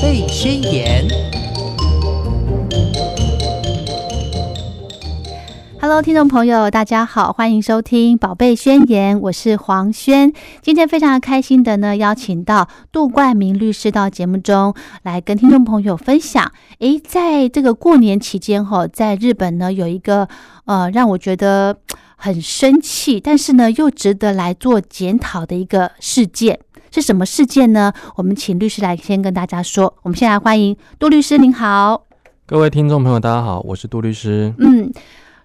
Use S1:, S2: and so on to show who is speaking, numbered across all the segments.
S1: 费宣言》。
S2: Hello，听众朋友，大家好，欢迎收听《宝贝宣言》，我是黄轩。今天非常开心的呢，邀请到杜冠明律师到节目中来跟听众朋友分享。诶，在这个过年期间哈、在日本呢有一个呃，让我觉得嘖很生气，但是呢又值得来做检讨的一个事件。是什么事件呢？我们请律师来先跟大家说。我们先来欢迎杜律师，您好。
S3: 各位听众朋友，大家好，我是杜律师。
S2: 嗯，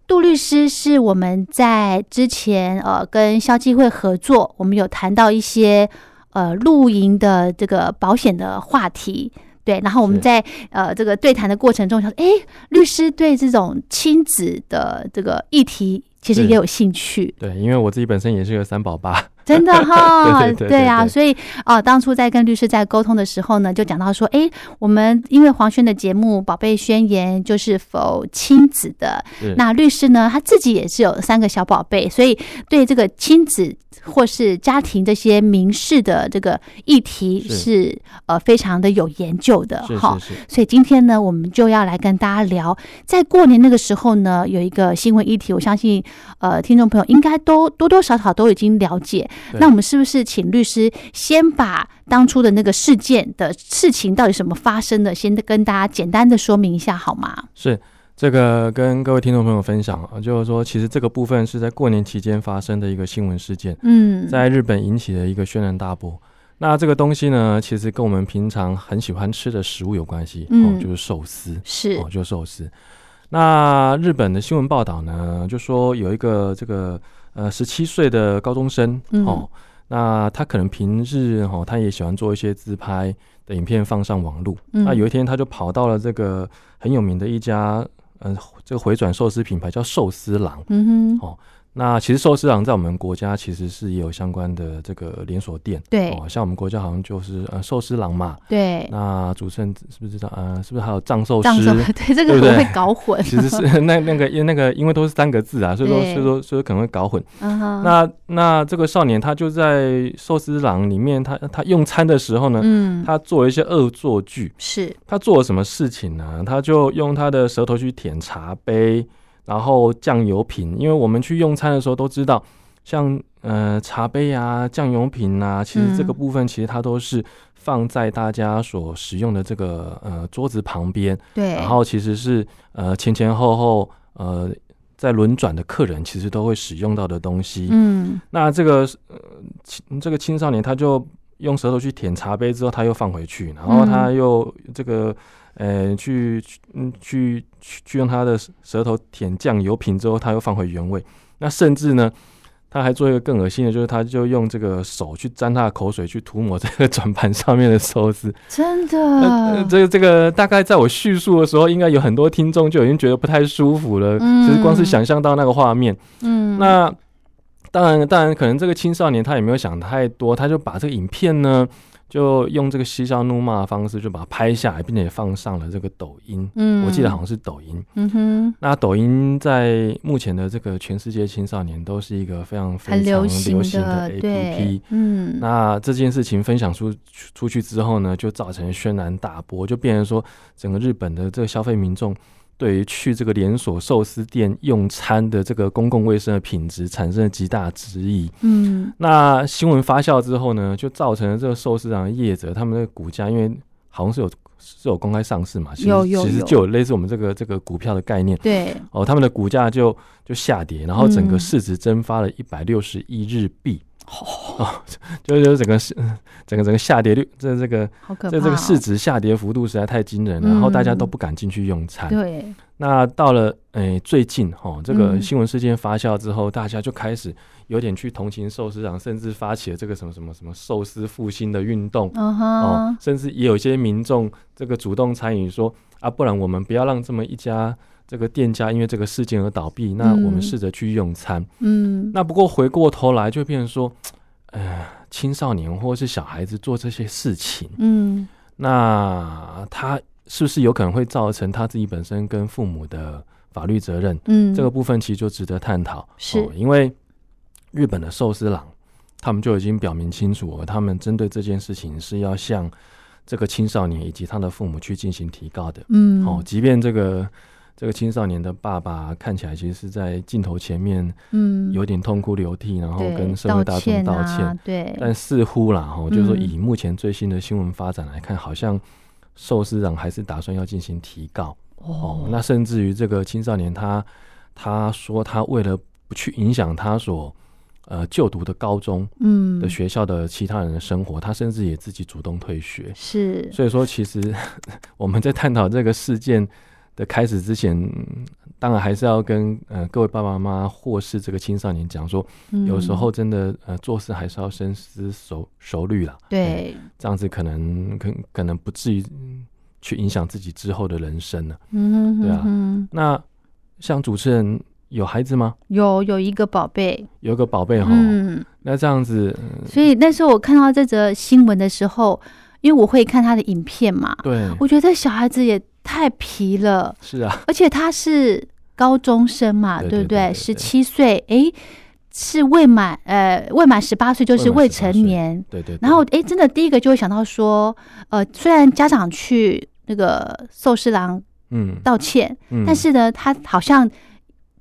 S2: 杜律师是我们在之前呃跟消基会合作，我们有谈到一些呃露营的这个保险的话题。对，然后我们
S3: 是
S2: 在呃这个对谈的过程中，想说，哎，律师对这种亲子的这个议题其实
S3: 是
S2: 也有兴趣，
S3: 对，因为我自己本身也是个三宝 爸，
S2: 真的哈、
S3: 对对对对
S2: 啊，
S3: 对
S2: 所以哦、呃当初在跟律师在沟通的时候呢，就讲到说，哎，我们因为黄轩的节目《宝贝宣言》就是否亲子的
S3: 是
S2: 那律师呢，他自己也是有三个小宝贝，所以对这个亲子或是家庭这些民事的这个议题是
S3: 是
S2: 呃非常的有研究的
S3: 是
S2: 哈
S3: 是。是，
S2: 所以今天呢，我们就要来跟大家聊，在过年那个时候呢，有一个新闻议题，我相信呃听众朋友应该都多多少少都已经了解。
S3: 对
S2: 那我们是不是请律师先把当初的那个事件的事情到底什么发生的，先跟大家简单的说明一下好吗？
S3: 是这个跟各位听众朋友分享啊，就是说，其实这个部分是在过年期间发生的一个新闻事件，
S2: 嗯，
S3: 在日本引起了一个轩然大波。那这个东西呢，其实跟我们平常很喜欢吃的食物有关系，
S2: 嗯
S3: 哦，就是寿司。
S2: 是
S3: 哦，就是寿司。那日本的新闻报道呢，就说有一个这个呃十七岁的高中生
S2: 嗯
S3: 哦，那他可能平日哦，他也喜欢做一些自拍的影片放上网络。
S2: 嗯
S3: 啊那有一天他就跑到了这个很有名的一家呃这个回转寿司品牌叫寿司郎。
S2: 嗯哼，
S3: 哦那其实寿司郎在我们国家其实是也有相关的这个连锁店
S2: 对
S3: 哦，像我们国家好像就是呃寿司郎嘛，
S2: 对，
S3: 那主持人是不是知道呃是不是还有藏寿
S2: 这样
S3: 司
S2: 子 对这个
S3: 对不
S2: 我会
S3: 对
S2: 搞混。
S3: 其实是那那个因为那个因为都是三个字啊，所以说
S2: 对
S3: 所以说所以可能会搞混。
S2: 嗯哼，
S3: 那那这个少年他就在寿司郎里面，他他用餐的时候呢，
S2: 嗯
S3: 呃他做了一些恶作剧。
S2: 是
S3: 他做了什么事情呢？他就用他的舌头去舔茶杯，然后酱油瓶。因为我们去用餐的时候都知道，像呃茶杯啊、酱油瓶啊，其实这个
S2: 嗯
S3: 部分其实它都是放在大家所使用的这个呃桌子旁边。
S2: 对，
S3: 然后其实是呃前前后后呃在轮转的客人其实都会使用到的东西。
S2: 嗯
S3: 那这个呃青这个青少年他就用舌头去舔茶杯之后，他又放回去，然后他又这个呃去去嗯去去去用他的舌头舔酱油瓶之后，他又放回原位。那甚至呢。他还做一个更恶心的，就是他就用这个手去沾他的口水，去涂抹这个转盘上面的寿司。
S2: 真
S3: 呃，呃
S2: 的，
S3: 这个这个大概在我叙述的时候，应该有很多听众就已经觉得不太舒服了。
S2: 嗯
S3: 其实光是想象到那个画面，
S2: 嗯
S3: 那当然当然，可能这个青少年他也没有想太多，他就把这个影片呢，就用这个嬉笑怒骂的方式就把它拍下来，并且放上了这个抖音。
S2: 嗯
S3: 我记得好像是抖音。
S2: 嗯哼
S3: 那抖音在目前的这个全世界青少年都是一个非常非
S2: 很
S3: 常流
S2: 行
S3: 行的 APP
S2: 对。，嗯
S3: 那这件事情分享出出去之后呢，就造成轩然大波，就变成说整个日本的这个消费民众对于去这个连锁寿司店用餐的这个公共卫生的品质产生了极大质疑。
S2: 嗯
S3: 那新闻发酵之后呢，就造成了这个寿司厂的业者他们的股价，因为好像是有是有公开上市嘛，其实
S2: 有有
S3: 其实
S2: 有
S3: 就有类似我们这个这个股票的概念
S2: 对，
S3: 哦，他们的股价就就下跌，然后整
S2: 嗯
S3: 个市值蒸发了一百六十亿日币。 哦就就整个市，整个整个下跌率，这这个
S2: 好可怕
S3: 这
S2: 哦，
S3: 这个市值下跌幅度实在太惊人了，
S2: 嗯
S3: 然后大家都不敢进去用餐。
S2: 哦对，
S3: 那到了诶最近哈、哦，这个
S2: 嗯
S3: 新闻事件发酵之后，大家就开始有点去同情寿司郎，甚至发起了这个什么什么什么寿司复兴的运动、
S2: 嗯
S3: 哦
S2: 哼，，
S3: 甚至也有一些民众这个主动参与说啊，不然我们不要让这么一家。这个店家因为这个事件而倒闭，那我
S2: 嗯
S3: 们试着去用餐。
S2: 嗯
S3: 那不过回过头来就变成说，呃，青少年或是小孩子做这些事情，
S2: 嗯
S3: 那他是不是有可能会造成他自己本身跟父母的法律责任？
S2: 嗯，
S3: 这个部哦分其实就值得探讨，
S2: 是
S3: 因为日本的寿司郎他们就已经表明清楚了，他们针对这件事情是要向这个青少年以及他的父母去进行提告的。
S2: 嗯，
S3: 哦，即便这个这个青少年的爸爸看起来其实是在镜头前面
S2: 嗯，
S3: 有点痛哭流涕，然后
S2: 对
S3: 跟社会大众道歉，
S2: 啊，对，
S3: 但似乎啦，哈、就是说
S2: 嗯
S3: 以目前最新的新闻发展来看，好像寿司长还是打算要进行提告哦。那甚至于这个青少年他他说他为了不去影响他所呃就读的高中
S2: 嗯
S3: 的学校的其他人的生活，他甚至也自己主动退学。
S2: 是
S3: 所以说，其实 我们在探讨这个事件的开始之前，嗯当然还是要跟呃各位爸爸妈妈或是这个青少年讲说，有时
S2: 嗯
S3: 候真的呃做事还是要深思熟熟虑啦。哎，
S2: 对，
S3: 这样子可能可可能不至于嗯去影响自己之后的人生呢、
S2: 嗯哼
S3: 对啊
S2: 哼哼
S3: 那像主持人有孩子吗？
S2: 有有一个宝贝，
S3: 有个宝贝哈，
S2: 嗯，
S3: 那这样子、呃
S2: 所以那时候我看到这则新闻的时候，因为我会看他的影片嘛，
S3: 呃对，
S2: 我觉得小孩子也太皮了，
S3: 是啊，
S2: 而且他是高中生嘛，
S3: 对
S2: 不
S3: 对对
S2: 对？
S3: 对
S2: 十
S3: 对
S2: 七岁，诶，是未满呃未满十八岁，就是
S3: 未满
S2: 未
S3: 18岁
S2: 成年。
S3: 对对对
S2: 然后诶，真的第一个就会想到说，呃，虽然家长去那个寿司郎
S3: 嗯，
S2: 道歉，
S3: 嗯
S2: 但是呢，他好像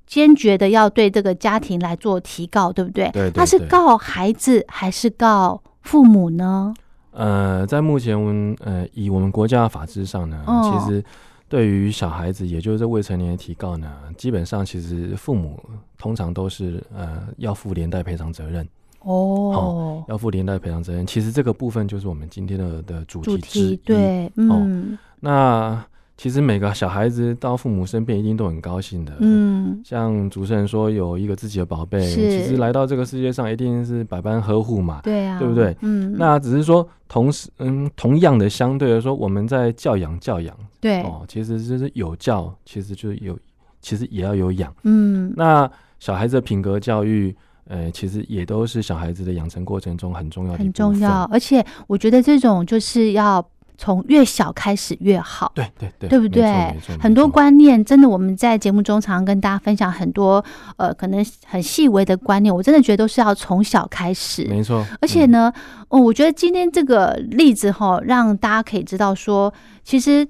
S2: 坚决的要对这个家庭来做提告，对不对？
S3: 对对
S2: 他是
S3: 对
S2: 告孩子还是告父母呢？
S3: 呃，在目前我们呃以我们国家的法制上呢，
S2: 哦
S3: 其实对于小孩子，也就是未成年的提告呢，基本上其实父母通常都是呃要负连带赔偿责任，
S2: 哦，
S3: 要负连带赔偿责任。其实这个部分就是我们今天的的主
S2: 主
S3: 题之
S2: 题
S3: 一。哦
S2: 对，嗯
S3: 那其实每个小孩子到父母身边一定都很高兴的。
S2: 嗯，
S3: 像主持人说，有一个自己的宝贝，
S2: 是
S3: 其实来到这个世界上一定是百般呵护嘛。
S2: 对啊，
S3: 对不对？
S2: 嗯，
S3: 那只是说同时，嗯，同样的，相对来说，我们在教养教养
S2: 对，
S3: 哦，其实就是有教，其实就是有，其实也要有养。
S2: 嗯
S3: 那小孩子的品格教育，呃，其实也都是小孩子的养成过程中很重要的一
S2: 很
S3: 部
S2: 重
S3: 分
S2: 要，。而且我觉得这种就是要从越小开始越好。
S3: 对对对，
S2: 对不对
S3: 没错没错
S2: 很多
S3: 没错
S2: 观念，真的我们在节目中常跟大家分享很多，呃，可能很细微的观念，我真的觉得都是要从小开始。
S3: 没错，
S2: 而且
S3: 嗯，
S2: 呢，哦，我觉得今天这个例子哈、让大家可以知道说，其实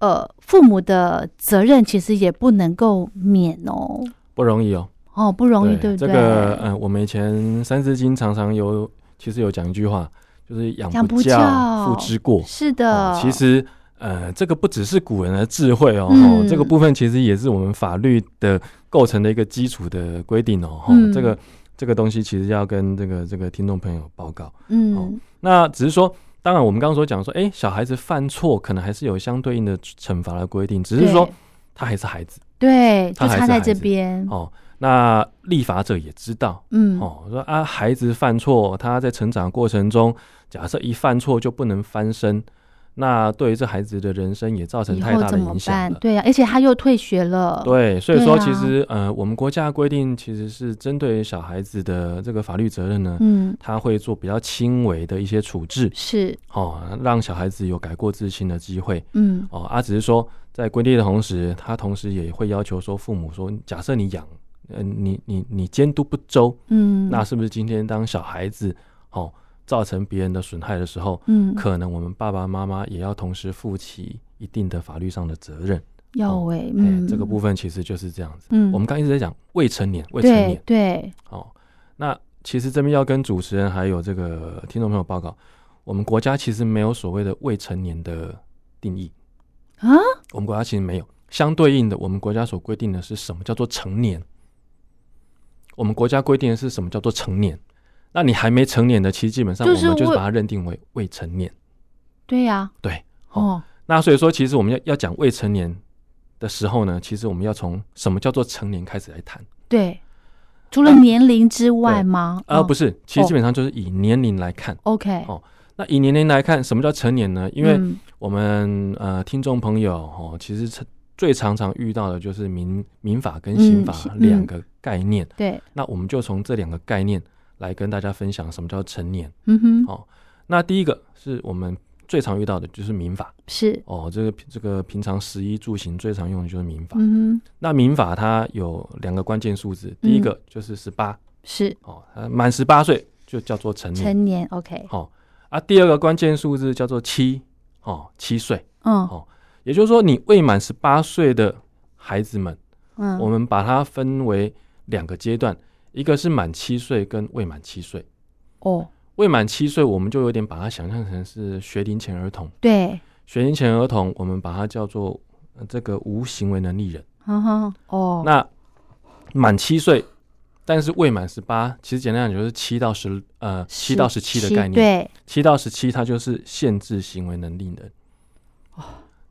S2: 呃，父母的责任其实也不能够免哦，
S3: 不容易哦，
S2: 哦，不容易，对不
S3: 这
S2: 对？
S3: 个，嗯、我们以前三字经常常有，其实有讲一句话，就是养
S2: 养不
S3: 教，
S2: 教
S3: 父之过。
S2: 是的，
S3: 哦其实呃，这个不只是古人的智慧哦，
S2: 嗯
S3: 哦这个部分其实也是我们法律的构成的一个基础的规定哦。哦
S2: 嗯
S3: 这个这个东西其实要跟这个这个听众朋友报告。哦
S2: 嗯，
S3: 那只是说。当然，我们刚刚所讲说，哎，小孩子犯错可能还是有相对应的惩罚的规定，只是说他还是孩子
S2: 对，对，
S3: 他
S2: 就
S3: 还是
S2: 差在
S3: 孩
S2: 这
S3: 子
S2: 边，
S3: 哦。那立法者也知道
S2: 嗯，
S3: 哦，说啊，孩子犯错，他在成长过程中，假设一犯错就不能翻身，那对于这孩子的人生也造成
S2: 以
S3: 太
S2: 后
S3: 大的
S2: 怎么
S3: 影响
S2: 办？
S3: 了。
S2: 对啊，而且他又退学了，
S3: 对，所以说
S2: 对啊
S3: 其实、呃，我们国家的规定其实是针对小孩子的这个法律责任呢，
S2: 嗯，
S3: 他会做比较轻微的一些处置，
S2: 是，
S3: 哦，让小孩子有改过自新的机会。
S2: 嗯，
S3: 哦，啊，只是说在规定的同时，他同时也会要求说父母说，假设你养，呃，你你你监督不周，
S2: 嗯，
S3: 那是不是今天当小孩子哦造成别人的损害的时候，
S2: 嗯，
S3: 可能我们爸爸妈妈也要同时负起一定的法律上的责任。
S2: 要
S3: 哦
S2: 哎、
S3: 哎、
S2: 嗯，
S3: 这个部，分其实就是这样子。
S2: 嗯，
S3: 我们刚一直在讲未成年，未成
S2: 对
S3: 年
S2: 对，
S3: 哦。那其实这边要跟主持人还有这个听众朋友报告，我们国家其实没有所谓的未成年的定义
S2: 啊，
S3: 我们国家其实没有。相对应的，我们国家所规定的是什么叫做成年？我们国家规定的是什么叫做成年？那你还没成年的，其实基本上我
S2: 就
S3: 们
S2: 是
S3: 就是
S2: 未
S3: 把它认定为未成年。
S2: 对呀、
S3: 对，哦，
S2: 哦，
S3: 那所以说，其实我们要要讲未成年的时候呢，其实我们要从什么叫做成年开始来谈。
S2: 对，除了
S3: 那
S2: 年龄之外吗？
S3: 啊，不
S2: 是
S3: 是，其实
S2: 哦
S3: 基本上就是以年龄来看。
S2: ，OK，
S3: 哦那以年龄来看，什么叫成年呢？因为
S2: 嗯
S3: 我们呃听众朋友哦，其实常最常常遇到的就是民民法跟刑
S2: 嗯
S3: 法
S2: 刑
S3: 两
S2: 嗯
S3: 个概念。
S2: 对，
S3: 那我们就从这两个概念来跟大家分享什么叫成年。
S2: 嗯哼，
S3: 哦那第一个是我们最常遇到的就是民法
S2: 是，
S3: 哦，这个这个平常食衣住行最常用的就是民法。
S2: 嗯哼，
S3: 那民法它有两个关键数字，第一
S2: 嗯
S3: 个就是十八、
S2: 是
S3: 哦，呃满十八岁就叫做成年。
S2: 成年，OK，
S3: 好、啊，第二个关键数字叫做七，哦，七岁，
S2: 嗯
S3: 也就是说，你未满十八岁的孩子们，
S2: 嗯，
S3: 我们把它分为两个阶段，一个是满七岁跟未满七岁。
S2: 哦，
S3: 未满七岁，我们就有点把它想象成是学龄前儿童。
S2: 对，
S3: 学龄前儿童，我们把它叫做呃这个无行为能力人。
S2: 嗯哼，哦，
S3: 那满七岁，但是未满十八，其实简单讲就是七到十呃七到十七的概念。
S2: 对，
S3: 七到十七，它就是限制行为能力人。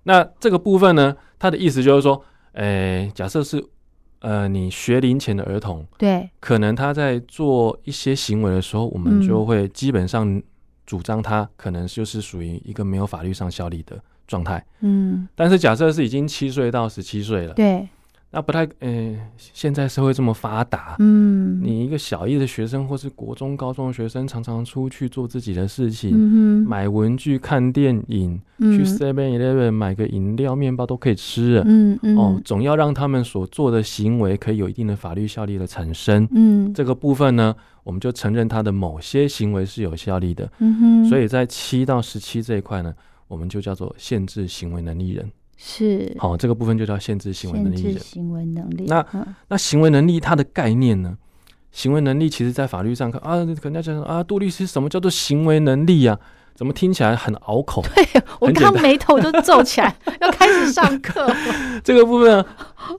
S3: 那这个部分呢，它的意思就是说，诶、假设是呃你学龄前的儿童，
S2: 对，
S3: 可能他在做一些行为的时候，我们
S2: 嗯
S3: 就会基本上主张他可能就是属于一个没有法律上效力的状态。
S2: 嗯，
S3: 但是假设是已经七岁到十七岁了，
S2: 对，
S3: 那不太，嗯、现在社会这么发达，
S2: 嗯，
S3: 你一个小一的学生或是国中、高中的学生，常常出去做自己的事情，
S2: 嗯哼，
S3: 买文具、看电影，去 Seven Eleven 买个饮料、面包都可以吃了。
S2: 嗯嗯嗯
S3: 哦，总要让他们所做的行为可以有一定的法律效力的产生。
S2: 嗯
S3: 这个部分呢，我们就承认他的某些行为是有效力的。
S2: 嗯哼，
S3: 所
S2: 以
S3: 以在七到十七这一块呢，我们就叫做限制行为能力人。
S2: 是
S3: 好、这个部分就叫限制行为能
S2: 限
S3: 力
S2: 制
S3: 人。
S2: 行为能力。
S3: 那
S2: 嗯
S3: 那行为能力它的概念呢？行为能力其实在法律上看啊，可能要讲啊，杜律师什么叫做行为能力啊？怎么听起来很拗口？
S2: 我
S3: 很简
S2: 刚
S3: 单
S2: 眉头就皱起来， 要开始上课了。
S3: 这个部分呢，啊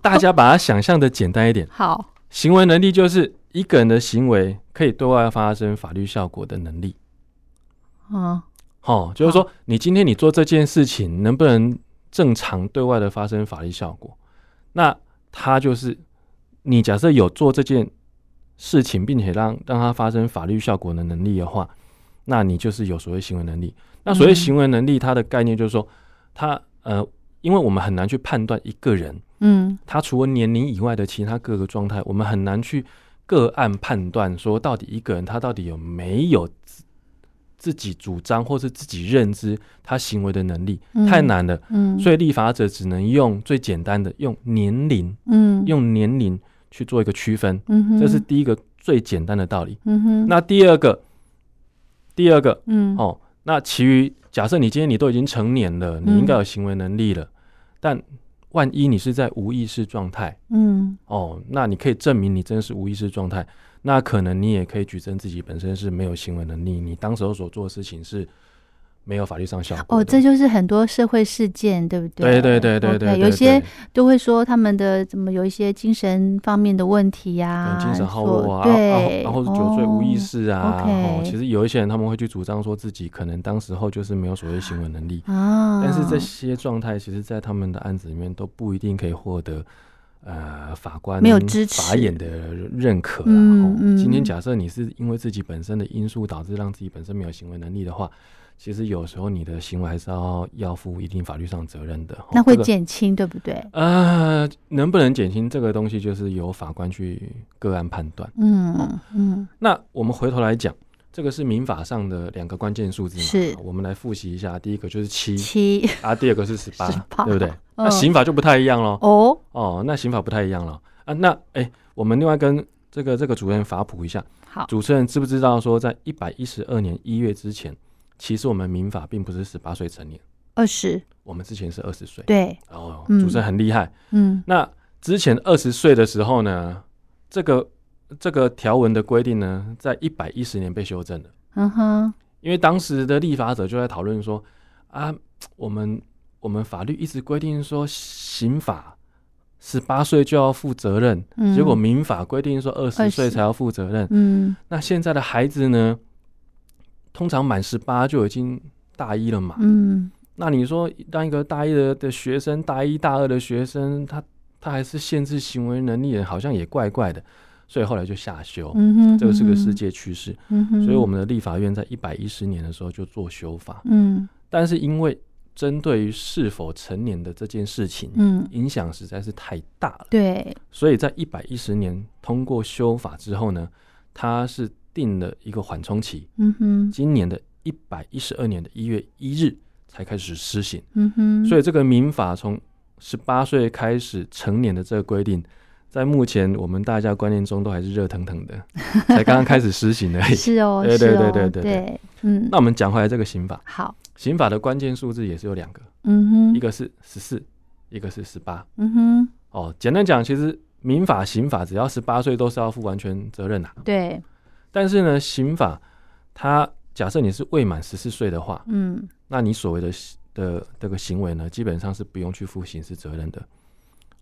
S3: 大家把它想象的简单一点。
S2: 好，
S3: 行为能力就是一个人的行为可以对外发生法律效果的能力。
S2: 嗯
S3: 哦，就是说你今天你做这件事情能不能正常对外的发生法律效果？那它就是你假设有做这件事情，并且让让它发生法律效果的能力的话，那你就是有所谓行为能力。那所谓
S2: 嗯
S3: 行为能力，它的概念就是说，它呃，因为我们很难去判断一个人
S2: 嗯
S3: 他除了年龄以外的其他各个状态，我们很难去个案判断说到底一个人他到底有没有自自己主张或是自己认知他行为的能力，
S2: 嗯
S3: 太难了。
S2: 嗯，
S3: 所以立法者只能用最简单的，用年龄，
S2: 嗯
S3: 用年龄去做一个区分，
S2: 嗯哼，
S3: 这是第一个最简单的道理。
S2: 嗯哼，
S3: 那第二个，第二个
S2: 嗯
S3: 哦，那其余假设你今天你都已经成年了，你应
S2: 嗯
S3: 该有行为能力了，但万一你是在无意识状态。
S2: 嗯
S3: 哦，那你可以证明你真的是无意识状态，那可能你也可以举证自己本身是没有行为能力，你当时候所做的事情是没有法律上效果
S2: 哦，
S3: 的。
S2: 这就是很多社会事件，对不
S3: 对
S2: 对
S3: 对对对
S2: OK，
S3: 对，
S2: 有一
S3: 对
S2: 些
S3: 对
S2: 都会说他们的怎么有一些精神方面的问题呀、
S3: 可能精神耗
S2: 说
S3: 弱啊，
S2: 对，
S3: 然后是酒醉无意识啊，
S2: OK
S3: 哦，其实有一些人他们会去主张说自己可能当时候就是没有所谓行为能力，
S2: 哦啊，
S3: 但是这些状态其实，在他们的案子里面都不一定可以获得。呃，法官
S2: 没有支持
S3: 法眼的认可啦。
S2: 嗯
S3: 哦
S2: 嗯
S3: 今天假设你是因为自己本身的因素导致让自己本身没有行为能力的话，其实有时候你的行为还是要要负一定法律上责任的。哦
S2: 那会
S3: 这个
S2: 减轻，对不对？
S3: 呃，能不能减轻这个东西，就是由法官去个案判断。哦
S2: 嗯嗯
S3: 那我们回头来讲，这个是民法上的两个关键数字嘛？
S2: 是
S3: 我们来复习一下，第一个就是七
S2: 七
S3: 啊，第二个是十八，
S2: 18
S3: 对不对？那
S2: 嗯
S3: 刑法就不太一样喽。
S2: 哦，
S3: 哦，那刑法不太一样了啊。那哎、我们另外跟这个这个主任法普一下，
S2: 好，
S3: 主持人知不知道说，在一百一十二年一月之前，其实我们民法并不是十八岁成年，
S2: 二十
S3: 我们之前是二十岁。
S2: 对，
S3: 哦，
S2: 嗯
S3: 主持人很厉害。
S2: 嗯
S3: 那之前二十岁的时候呢，这个这个条文的规定呢，在一百一十年被修正了。
S2: 嗯哼，
S3: 因为当时的立法者就在讨论说，啊，我们我们法律一直规定说刑法十八岁就要负责任，
S2: 嗯
S3: 结果民法规定说二十岁
S2: 20
S3: 才要负责任。
S2: 嗯
S3: 那现在的孩子呢，通常满十八就已经大一了嘛，
S2: 嗯
S3: 那你说当一个大一的的学生，大一大二的学生，他他还是限制行为能力人，好像也怪怪的，所以后来就下修。
S2: 嗯哼，
S3: 哦这个是个世
S2: 界，
S3: 界趋势，
S2: 嗯哼，
S3: 所以我们的立法院在一百一十年的时候就做修法，
S2: 嗯
S3: 但是因为针对于是否成年的这件事情，
S2: 嗯
S3: 影响实在是太大了，
S2: 对，
S3: 所以在一百一十年通过修法之后呢，它是定了一个缓冲期，
S2: 嗯哼
S3: 今年的一百一十二年的一月一日才开始施行。
S2: 嗯哼，
S3: 所
S2: 以
S3: 以这个民法从十八岁开始成年的这个规定，在目前我们大家观念中都还是热腾腾的，才刚刚开始施行而已。
S2: 是哦，
S3: 对对
S2: 是
S3: 对
S2: 哦
S3: 对对对
S2: 对，嗯
S3: 那，我们讲回来这个刑法，
S2: 好，
S3: 刑法的关键数字也是有两个，
S2: 嗯哼，
S3: 一个是十四，一个是十八。
S2: 嗯哼，
S3: 哦，简单讲，其实民法、刑法只要十八岁都是要负完全责任啦、啊
S2: 对，
S3: 但是呢，刑法它假设你是未满十四岁的话，
S2: 嗯
S3: 那你所谓的的这个行为呢，基本上是不用去负刑事责任的。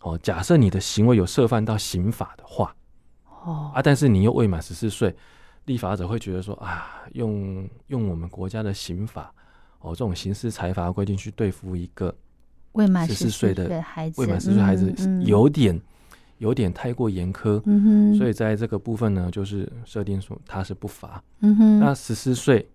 S3: 哦，假设你的行为有涉犯到刑法的话
S2: 哦，
S3: 啊，但是你又未满十四岁，立法者会觉得说啊，用用我们国家的刑法哦这种刑事裁罚规定去对付一个
S2: 未满
S3: 14岁的
S2: 孩子，
S3: 未满十四岁孩子
S2: 嗯，
S3: 有点有点太过严苛，
S2: 嗯嗯哼，
S3: 所以在这个部分呢，就是设定说他是不罚。
S2: 嗯哼，
S3: 那十四岁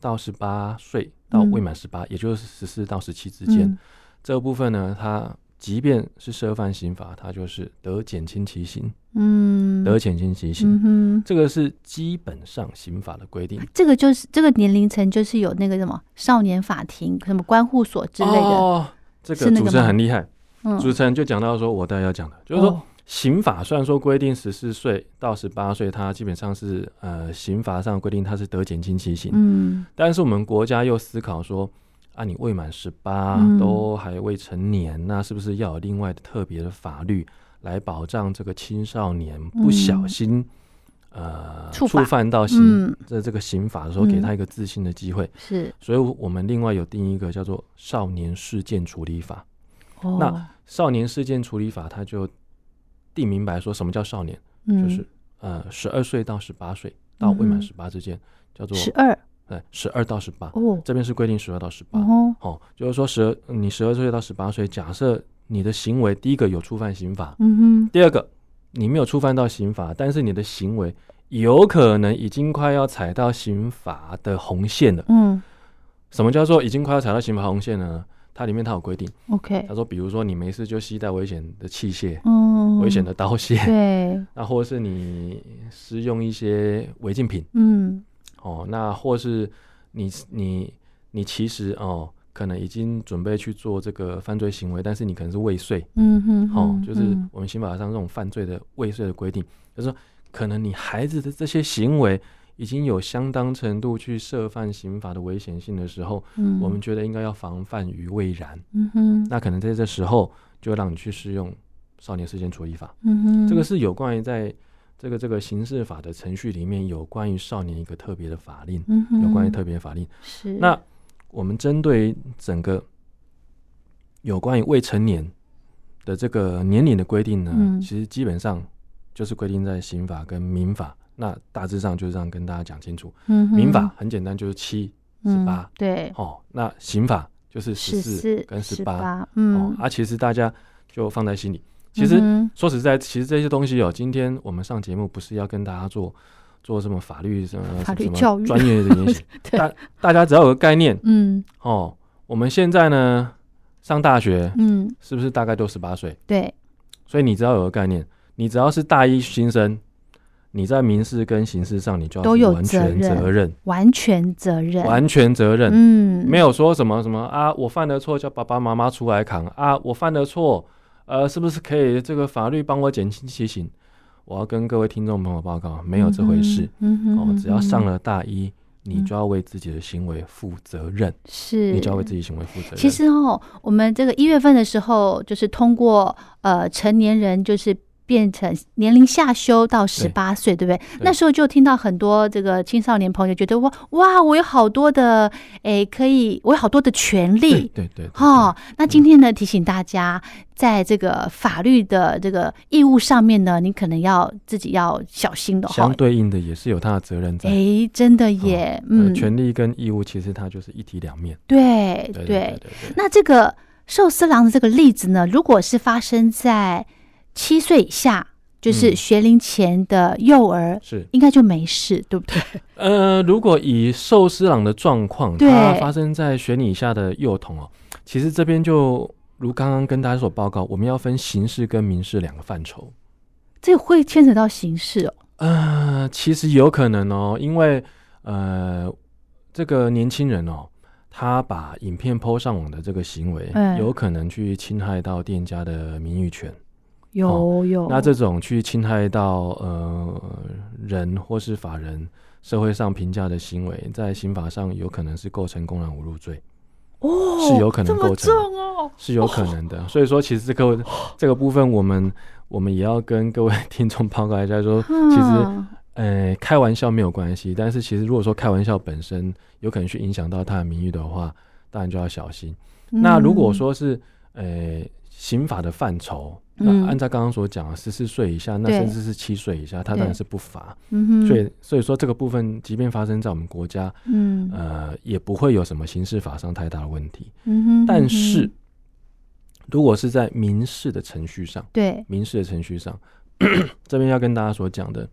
S3: 到十八岁到未满十八、也就是十四到十七之间、
S2: 嗯
S3: 这个部分呢，他即便是涉犯刑法，他就是得减轻其刑，
S2: 嗯，
S3: 得减轻其刑。
S2: 嗯哼，
S3: 这个是基本上刑法的规定
S2: 这个就是这个年龄层就是有那个什么少年法庭、什么关护所之类的，
S3: 哦，这
S2: 是
S3: 个
S2: 那个
S3: 主持人
S2: 吗
S3: 很厉害，
S2: 嗯，
S3: 主持人就讲到说，我待会要讲的，就是说
S2: 哦
S3: 刑法虽然说规定十四岁到十八岁，它基本上是呃刑罚上规定它是得减轻其刑，
S2: 嗯
S3: 但是我们国家又思考说，啊，你未满十八、
S2: 嗯
S3: 都还未成年，那是不是要有另外的特别的法律来保障这个青少年不小心、呃
S2: 嗯触
S3: 触
S2: 法
S3: 犯到刑
S2: 嗯，
S3: 这、这个刑法的时候，
S2: 嗯
S3: 给他一个自新的机会？
S2: 是
S3: 所以我们另外有定一个叫做《少年事件处理法》。
S2: 哦，
S3: 那少年事件处理法，它就定明白说什么叫少年，就
S2: 就是
S3: 呃十二岁到十八岁到未
S2: 嗯
S3: 满
S2: 哼
S3: 十八之间，叫做
S2: 十二
S3: 呃十二到十八，
S2: 哦，
S3: 这边是规定十二到十八、
S2: 哦
S3: 哦，就是说十二你十二岁到十八岁，假设你的行为第一个有触犯刑法，
S2: 嗯哼，
S3: 第二个你没有触犯到刑法，但是你的行为有可能已经快要踩到刑法的红线了。
S2: 嗯
S3: 什么叫做已经快要踩到刑法红线呢？它里面它有规定，
S2: ，OK，
S3: 他说，比如说你没事就携带危险的器械、
S2: 嗯，
S3: 危险的刀械，
S2: 对，
S3: 那或是你施用一些违禁品
S2: 嗯
S3: 哦，那或是你你你其实哦，可能已经准备去做这个犯罪行为，但是你可能是未遂
S2: 嗯哼，
S3: 哦
S2: 嗯，
S3: 就是
S2: 嗯
S3: 我们刑法上这种犯罪的未遂的规定，就是说可能你孩子的这些行为已经有相当程度去涉犯刑法的危险性的时候，
S2: 嗯
S3: 我们觉得应该要防范于未然。
S2: 嗯哼，
S3: 那可能在这时候就让你去适用少年事件处理法，
S2: 嗯哼，
S3: 这个是有关于在这个这个刑事法的程序里面有关于少年一个特别的法令，
S2: 嗯哼
S3: 有关于特别的法令。
S2: 是
S3: 那我们针对整个有关于未成年的这个年龄的规定呢，
S2: 嗯
S3: 其实基本上就是规定在刑法跟民法。那大致上就是这样跟大家讲清楚，
S2: 嗯哼
S3: 民法很简单，就是七
S2: 嗯
S3: 18
S2: 对
S3: 哦，那刑法就是十
S2: 四
S3: 四跟
S2: 十
S3: 十八，哦
S2: 嗯，
S3: 啊，其实大家就放在心里。其实、
S2: 嗯哼
S3: 说实在，其实这些东西哦，今天我们上节目不是要跟大家做做什么法律什么
S2: 法律
S3: 什么
S2: 教育，
S3: 专业的研习
S2: 对
S3: 大大家只要有个概念
S2: 嗯
S3: 哦。我们现在呢上大学
S2: 嗯
S3: 是不是大概都十八岁？
S2: 对
S3: 所以你只要有个概念，你只要是大一新生，你在民事跟刑事上你就要
S2: 都有
S3: 完全
S2: 责任
S3: 责任，
S2: 完全责任
S3: 完全责任。
S2: 嗯
S3: 没有说什么什么啊，我犯了错叫爸爸妈妈出来扛啊，我犯了错，呃，是不是可以这个法律帮我减轻其刑？我要跟各位听众朋友报告，没有这回事。
S2: 嗯哼，嗯哼
S3: 哦，只要上
S2: 嗯
S3: 了大一，你
S2: 嗯
S3: 就要为自己的行为负责任，
S2: 哼是
S3: 你就要为自己行为负责任。
S2: 其实哦，我们这个一月份的时候，就是通过呃成年人就是。变成年龄下修到十八岁，对不对？那时候就听到很多这个青少年朋友觉得哇哇，我有好多的诶，可以我有好多的权
S3: 对
S2: 利
S3: 对对，嗯对
S2: 哦。那今天呢，提醒大家，在这个法律的这个义务上面呢，你可能要自己要小心的哈
S3: 相。对应的也是有他的责任在。
S2: 诶，真的耶，
S3: 呃
S2: 嗯，
S3: 权利跟义务其实它就是一体两面。
S2: 对对
S3: 对对，对对，
S2: 那这个寿司郎的这个例子呢，如果是发生在七岁以下，就是
S3: 嗯
S2: 学龄前的幼儿，
S3: 是。
S2: 应该就没事，对不对？
S3: 呃，如果以寿司郎的状况，
S2: 对
S3: 它发生在学龄以下的幼童哦，其实这边就如刚刚跟大家所报告，我们要分刑事跟民事两个范畴。
S2: 这会牵扯到刑事哦。
S3: 呃，其实有可能哦，因为呃，这个年轻人哦，他把影片 PO 上网的这个行为，
S2: 嗯
S3: 有可能去侵害到店家的名誉权。
S2: 有、有，
S3: 哦那这种去侵害到呃人或是法人社会上评价的行为，在刑法上有可能是构成公然侮辱罪。
S2: 哦，
S3: 是有可能
S2: 这么
S3: 构成的
S2: 重哦，
S3: 是有可能的。所以说，其实这 个这个部分，我们我们也要跟各位听众报告一下说，其实
S2: 嗯
S3: 呃，开玩笑没有关系，但是其实如果说开玩笑本身有可能去影响到他的名誉的话，当然就要小心。
S2: 嗯
S3: 那如果说是呃刑法的范畴，
S2: 嗯
S3: 那按照刚刚所讲，十四岁以下，那
S2: 对
S3: 甚至是七岁以下，他当然
S2: 对
S3: 是不罚。
S2: 嗯哼，
S3: 所以所以说这个部分，即便发生在我们国家，
S2: 嗯
S3: 呃，也不会有什么刑事法上太大的问题。
S2: 嗯哼，
S3: 但
S2: 嗯
S3: 是
S2: 哼，
S3: 如果是在民事的程序上，
S2: 对，
S3: 民事的程序上， 这边要跟大家所讲的，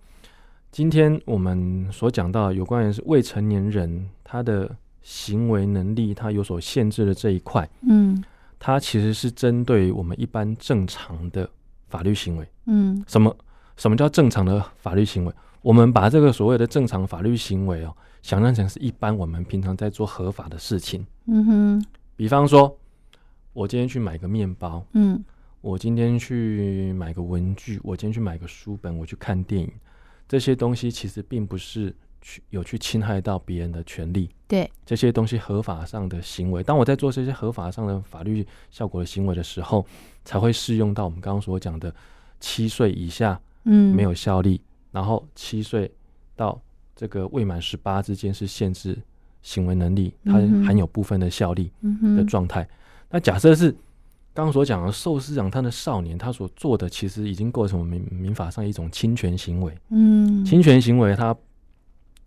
S3: 今天我们所讲到有关于是未成年人他的行为能力他有所限制的这一块，
S2: 嗯
S3: 它其实是针对我们一般正常的法律行为。
S2: 嗯
S3: 什么什么叫正常的法律行为？我们把这个所谓的正常法律行为哦，想象成是一般我们平常在做合法的事情。
S2: 嗯哼，
S3: 比方说，我今天去买个面包，
S2: 嗯
S3: 我今天去买个文具，我今天去买个书本，我去看电影，这些东西其实并不是去有去侵害到别人的权利。
S2: 对，
S3: 这些东西合法上的行为，当我在做这些合法上的法律效果的行为的时候，才会适用到我们刚刚所讲的七岁以下
S2: 嗯，
S3: 没有效力，然后七岁到这个未满十八之间是限制行为能力，它
S2: 嗯哼
S3: 含有部分的效力。
S2: 嗯
S3: 的
S2: 哼，
S3: 状态。那假设是刚刚所讲的受司长他的少年，他所做的其实已经构成我们民民法上一种侵权行为。
S2: 嗯，
S3: 侵权行为它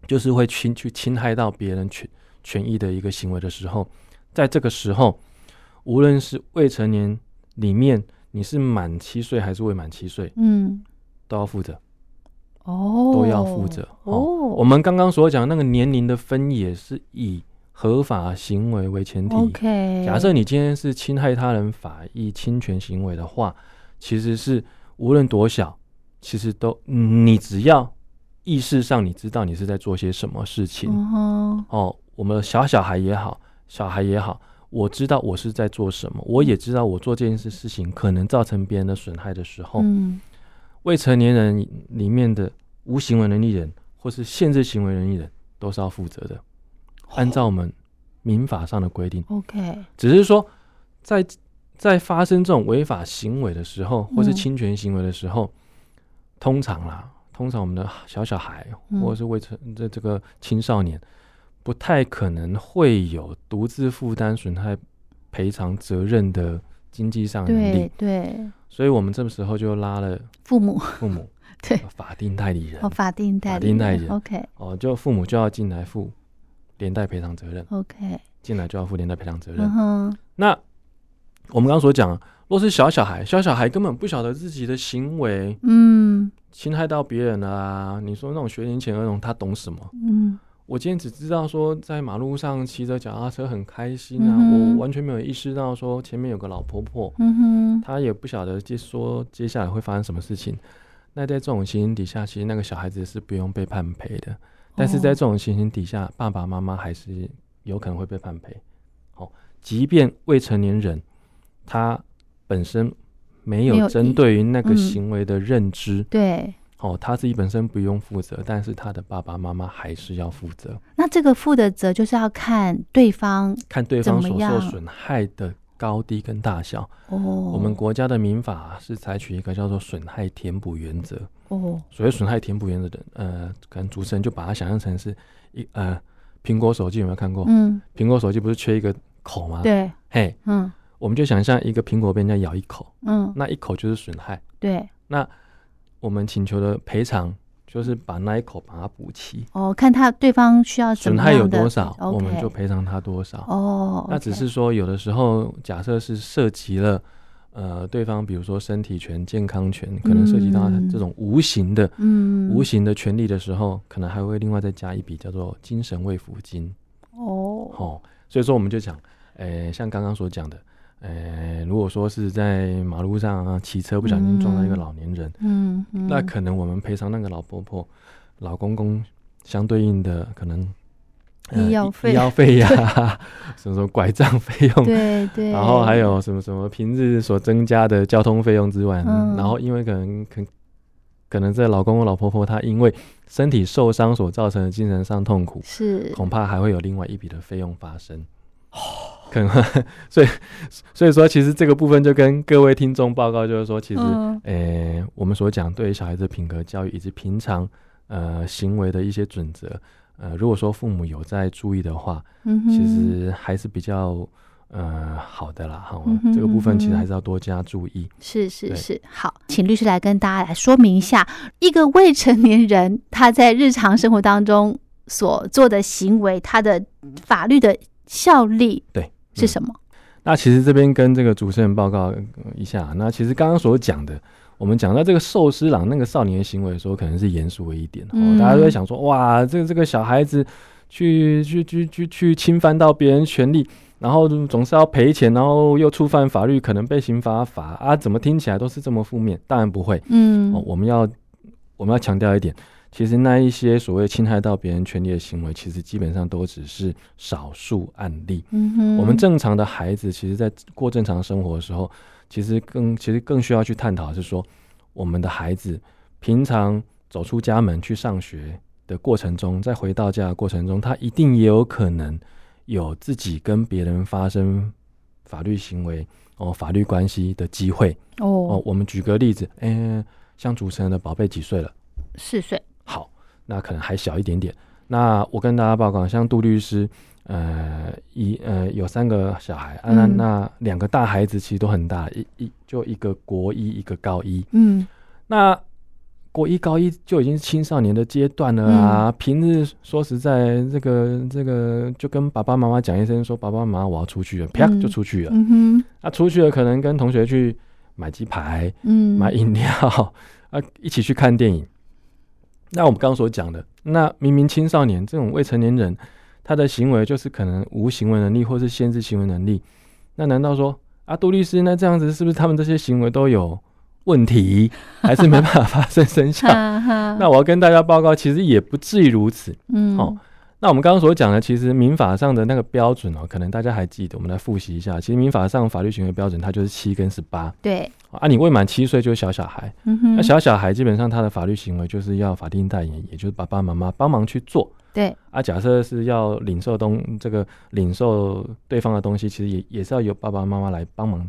S3: 就是会侵去侵害到别人权权益的一个行为的时候，在这个时候，无论是未成年里面你是满七岁还是未满七岁，
S2: 嗯
S3: 都要负责。
S2: 哦，
S3: 都要负责
S2: 哦，
S3: 我们刚刚所讲那个年龄的分野是以合法行为为前提。
S2: 哦 OK，
S3: 假设你今天是侵害他人法益侵权行为的话，其实是无论多小，其实都嗯你只要意识上你知道你是在做些什么事情、
S2: 嗯哼，
S3: 哦，我们小小孩也好，小孩也好，我知道我是在做什么，我也知道我做这件事事情可能造成别人的损害的时候，
S2: 嗯
S3: 未成年人里面的无行为能力人或是限制行为能力人都是要负责的，按照我们民法上的规定。
S2: ，OK，
S3: 只是说在在发生这种违法行为的时候，或是
S2: 嗯
S3: 侵权行为的时候，通常啦，通常我们的小小孩
S2: 嗯
S3: 或者是未成这这个青少年，不太可能会有独自负担损害赔偿责任的经济上的能
S2: 对
S3: 力，
S2: 对，
S3: 所以我们这个时候就拉了
S2: 父母
S3: 父母
S2: 对
S3: 呃法定代理人
S2: 哦，法定代
S3: 法
S2: 理
S3: 定代理人
S2: o k
S3: 哦，就父母就要进来负连带赔偿责任，
S2: OK，
S3: 进来就要负连带赔偿责任
S2: 嗯。哼，
S3: 那我们刚刚所讲，若是小小孩，小小孩根本不晓得自己的行为
S2: 嗯
S3: 侵害到别人了啊！你说那种学龄前儿童，他懂什么？
S2: 嗯
S3: 我今天只知道说，在马路上骑着脚踏车很开心啊，
S2: 嗯哼
S3: 我完全没有意识到说前面有个老婆婆，
S2: 嗯哼，
S3: 她也不晓得接说接下来会发生什么事情。那在这种情形底下，其实那个小孩子是不用被判赔的，但是
S2: 哦
S3: 在这种情形底下，爸爸妈妈还是有可能会被判赔。哦，即便未成年人他本身没
S2: 没
S3: 有
S2: 有意
S3: 针对于那个
S2: 嗯
S3: 行为的认知，
S2: 对。
S3: 哦，他自己本身不用负责，但是他的爸爸妈妈还是要负责，
S2: 那这个负的责就是要看对方
S3: 看对方
S2: 怎
S3: 所
S2: 么样
S3: 受损害的高低跟大小。
S2: 哦。
S3: 我们国家的民法是采取一个叫做损害填补原则，
S2: 哦，
S3: 所谓损害填补原则的，呃，可能主持人就把它想象成是一呃，苹果手机有没有看过？
S2: 嗯，
S3: 苹果手机不是缺一个口吗？，
S2: 对，
S3: 嘿，
S2: 嗯
S3: 我们就想象一个苹果被人家咬一口，
S2: 嗯，
S3: 那一口就是损害。
S2: 对，
S3: 我们请求的赔偿就是把那一口把它补齐，
S2: 哦，看他对方需要什
S3: 损
S2: 么
S3: 害有
S2: 样的
S3: 多少，
S2: OK
S3: 我们就赔偿他多少。
S2: 哦，
S3: 那只是说，有的时候假设是涉及了，呃，对方比如说身体权、健康权，可能涉及到
S2: 嗯
S3: 这种无形的、
S2: 嗯，
S3: 无形的权利的时候，可能还会另外再加一笔叫做精神慰抚金。
S2: 哦，
S3: 哦，所以说我们就讲，呃，像刚刚所讲的，呃，如果说是在马路上啊骑车不小心撞到一个
S2: 嗯
S3: 老年人，
S2: 嗯，嗯
S3: 那可能我们赔偿那个老婆婆、老公公相对应的可能。呃
S2: 医药费
S3: 医药费呀、 什么什么拐杖费用，
S2: 对对，
S3: 然后还有什么什么平日所增加的交通费用之外，
S2: 嗯
S3: 然后因为可能可可能这老公公老婆婆她因为身体受伤所造成的精神上痛苦，
S2: 是
S3: 恐怕还会有另外一笔的费用发生。可能 所以所以说，其实这个部分就跟各位听众报告，就是说，其实
S2: 嗯
S3: 诶、我们所讲对于小孩子品格教育以及平常呃行为的一些准则，呃，如果说父母有在注意的话，
S2: 嗯哼，
S3: 其实还是比较呃好的啦。哈、
S2: 嗯哼
S3: 这个部分
S2: 嗯
S3: 其实
S2: 哼
S3: 还是要多加注意。
S2: 是是
S3: 对
S2: 是，好，请律师来跟大家来说明一下，一个未成年人他在日常生活当中所做的行为，他的法律的效力
S3: 对
S2: 是
S3: 嗯
S2: 什么？
S3: 那其实这边跟这个主持人报告呃一下，那其实刚刚所讲的，我们讲到这个寿司郎那个少年的行为的时候，可能是严肃了一点，
S2: 嗯
S3: 哦，大家都会想说，哇，这这个小孩子去去去去去侵犯到别人权利，然后总是要赔钱，然后又触犯法律，可能被刑罚罚啊，怎么听起来都是这么负面？当然不会，
S2: 嗯
S3: 哦，我们要我们要强调一点，其实那一些所谓侵害到别人权利的行为，其实基本上都只是少数案例。
S2: 嗯哼，
S3: 我们正常的孩子，其实在过正常生活的时候，其实更其实更需要去探讨的是说，我们的孩子平常走出家门去上学的过程中，在回到家的过程中，他一定也有可能有自己跟别人发生法律行为哦法律关系的机会哦
S2: 哦。
S3: 我们举个例子，嗯、像主持人的宝贝几岁了？
S2: 四岁，
S3: 好，那可能还小一点点。那我跟大家报告，像杜律师，呃，一呃有三个小孩，啊、那
S2: 嗯
S3: 那两个大孩子其实都很大，一一就一个国一，一个高一。
S2: 嗯
S3: 那国一高一就已经是青少年的阶段了
S2: 嗯
S3: 啊！平日说实在，这个这个就跟爸爸妈妈讲一声，说爸爸妈妈我要出去了，啪、
S2: 嗯
S3: 就出去了。
S2: 嗯哼，
S3: 那、出去了，可能跟同学去买鸡排，
S2: 嗯，
S3: 买饮料啊，一起去看电影。那我们刚刚所讲的，那明明青少年这种未成年人，他的行为就是可能无行为能力或是限制行为能力，那难道说啊，杜律师，那这样子是不是他们这些行为都有问题，还是没办法发生生效？
S2: 哈哈，
S3: 那我要跟大家报告，其实也不至于如此。
S2: 嗯
S3: 哦那我们刚刚所讲的，其实民法上的那个标准哦，可能大家还记得，我们来复习一下。其实民法上法律行为标准，它就是七跟十八
S2: 对，
S3: 啊，你未满七岁就是小小孩。
S2: 嗯哼，
S3: 那小小孩基本上他的法律行为就是要法定代言，也就是爸爸妈妈帮忙去做。
S2: 对，
S3: 啊，假设是要领受东这个领受对方的东西，其实也也是要由爸爸妈妈来帮忙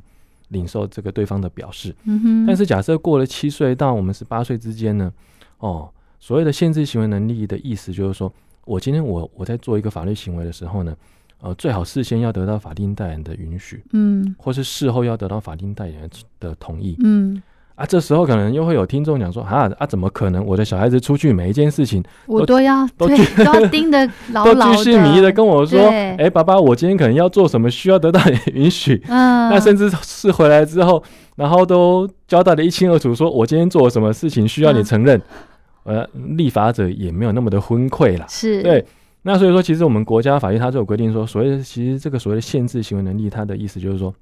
S3: 领受这个对方的表示。
S2: 嗯哼，
S3: 但是假设过了七岁到我们十八岁之间呢，哦，所谓的限制行为能力的意思就是说，我今天我我在做一个法律行为的时候呢，呃，最好事先要得到法定代言的允许，
S2: 嗯
S3: 或是事后要得到法定代言人的同意。
S2: 嗯，
S3: 啊，这时候可能又会有听众讲说，啊啊，怎么可能？我的小孩子出去每一件事情
S2: 我
S3: 都
S2: 都要
S3: 都
S2: 对都要盯得牢
S3: 都
S2: 牢
S3: 巨细靡遗的跟我说，
S2: 哦对
S3: 哎，爸爸，我今天可能要做什么，需要得到你的 允许。
S2: 嗯，
S3: 那甚至是回来之后，然后都交代的一清二楚，说我今天做了什么事情需要你
S2: 嗯
S3: 承认。呃，立法者也没有那么的昏聩啦。
S2: 是，
S3: 对，那所以说，其实我们国家法律它就有规定说，所谓的其实这个所谓的限制行为能力，它的意思就是说，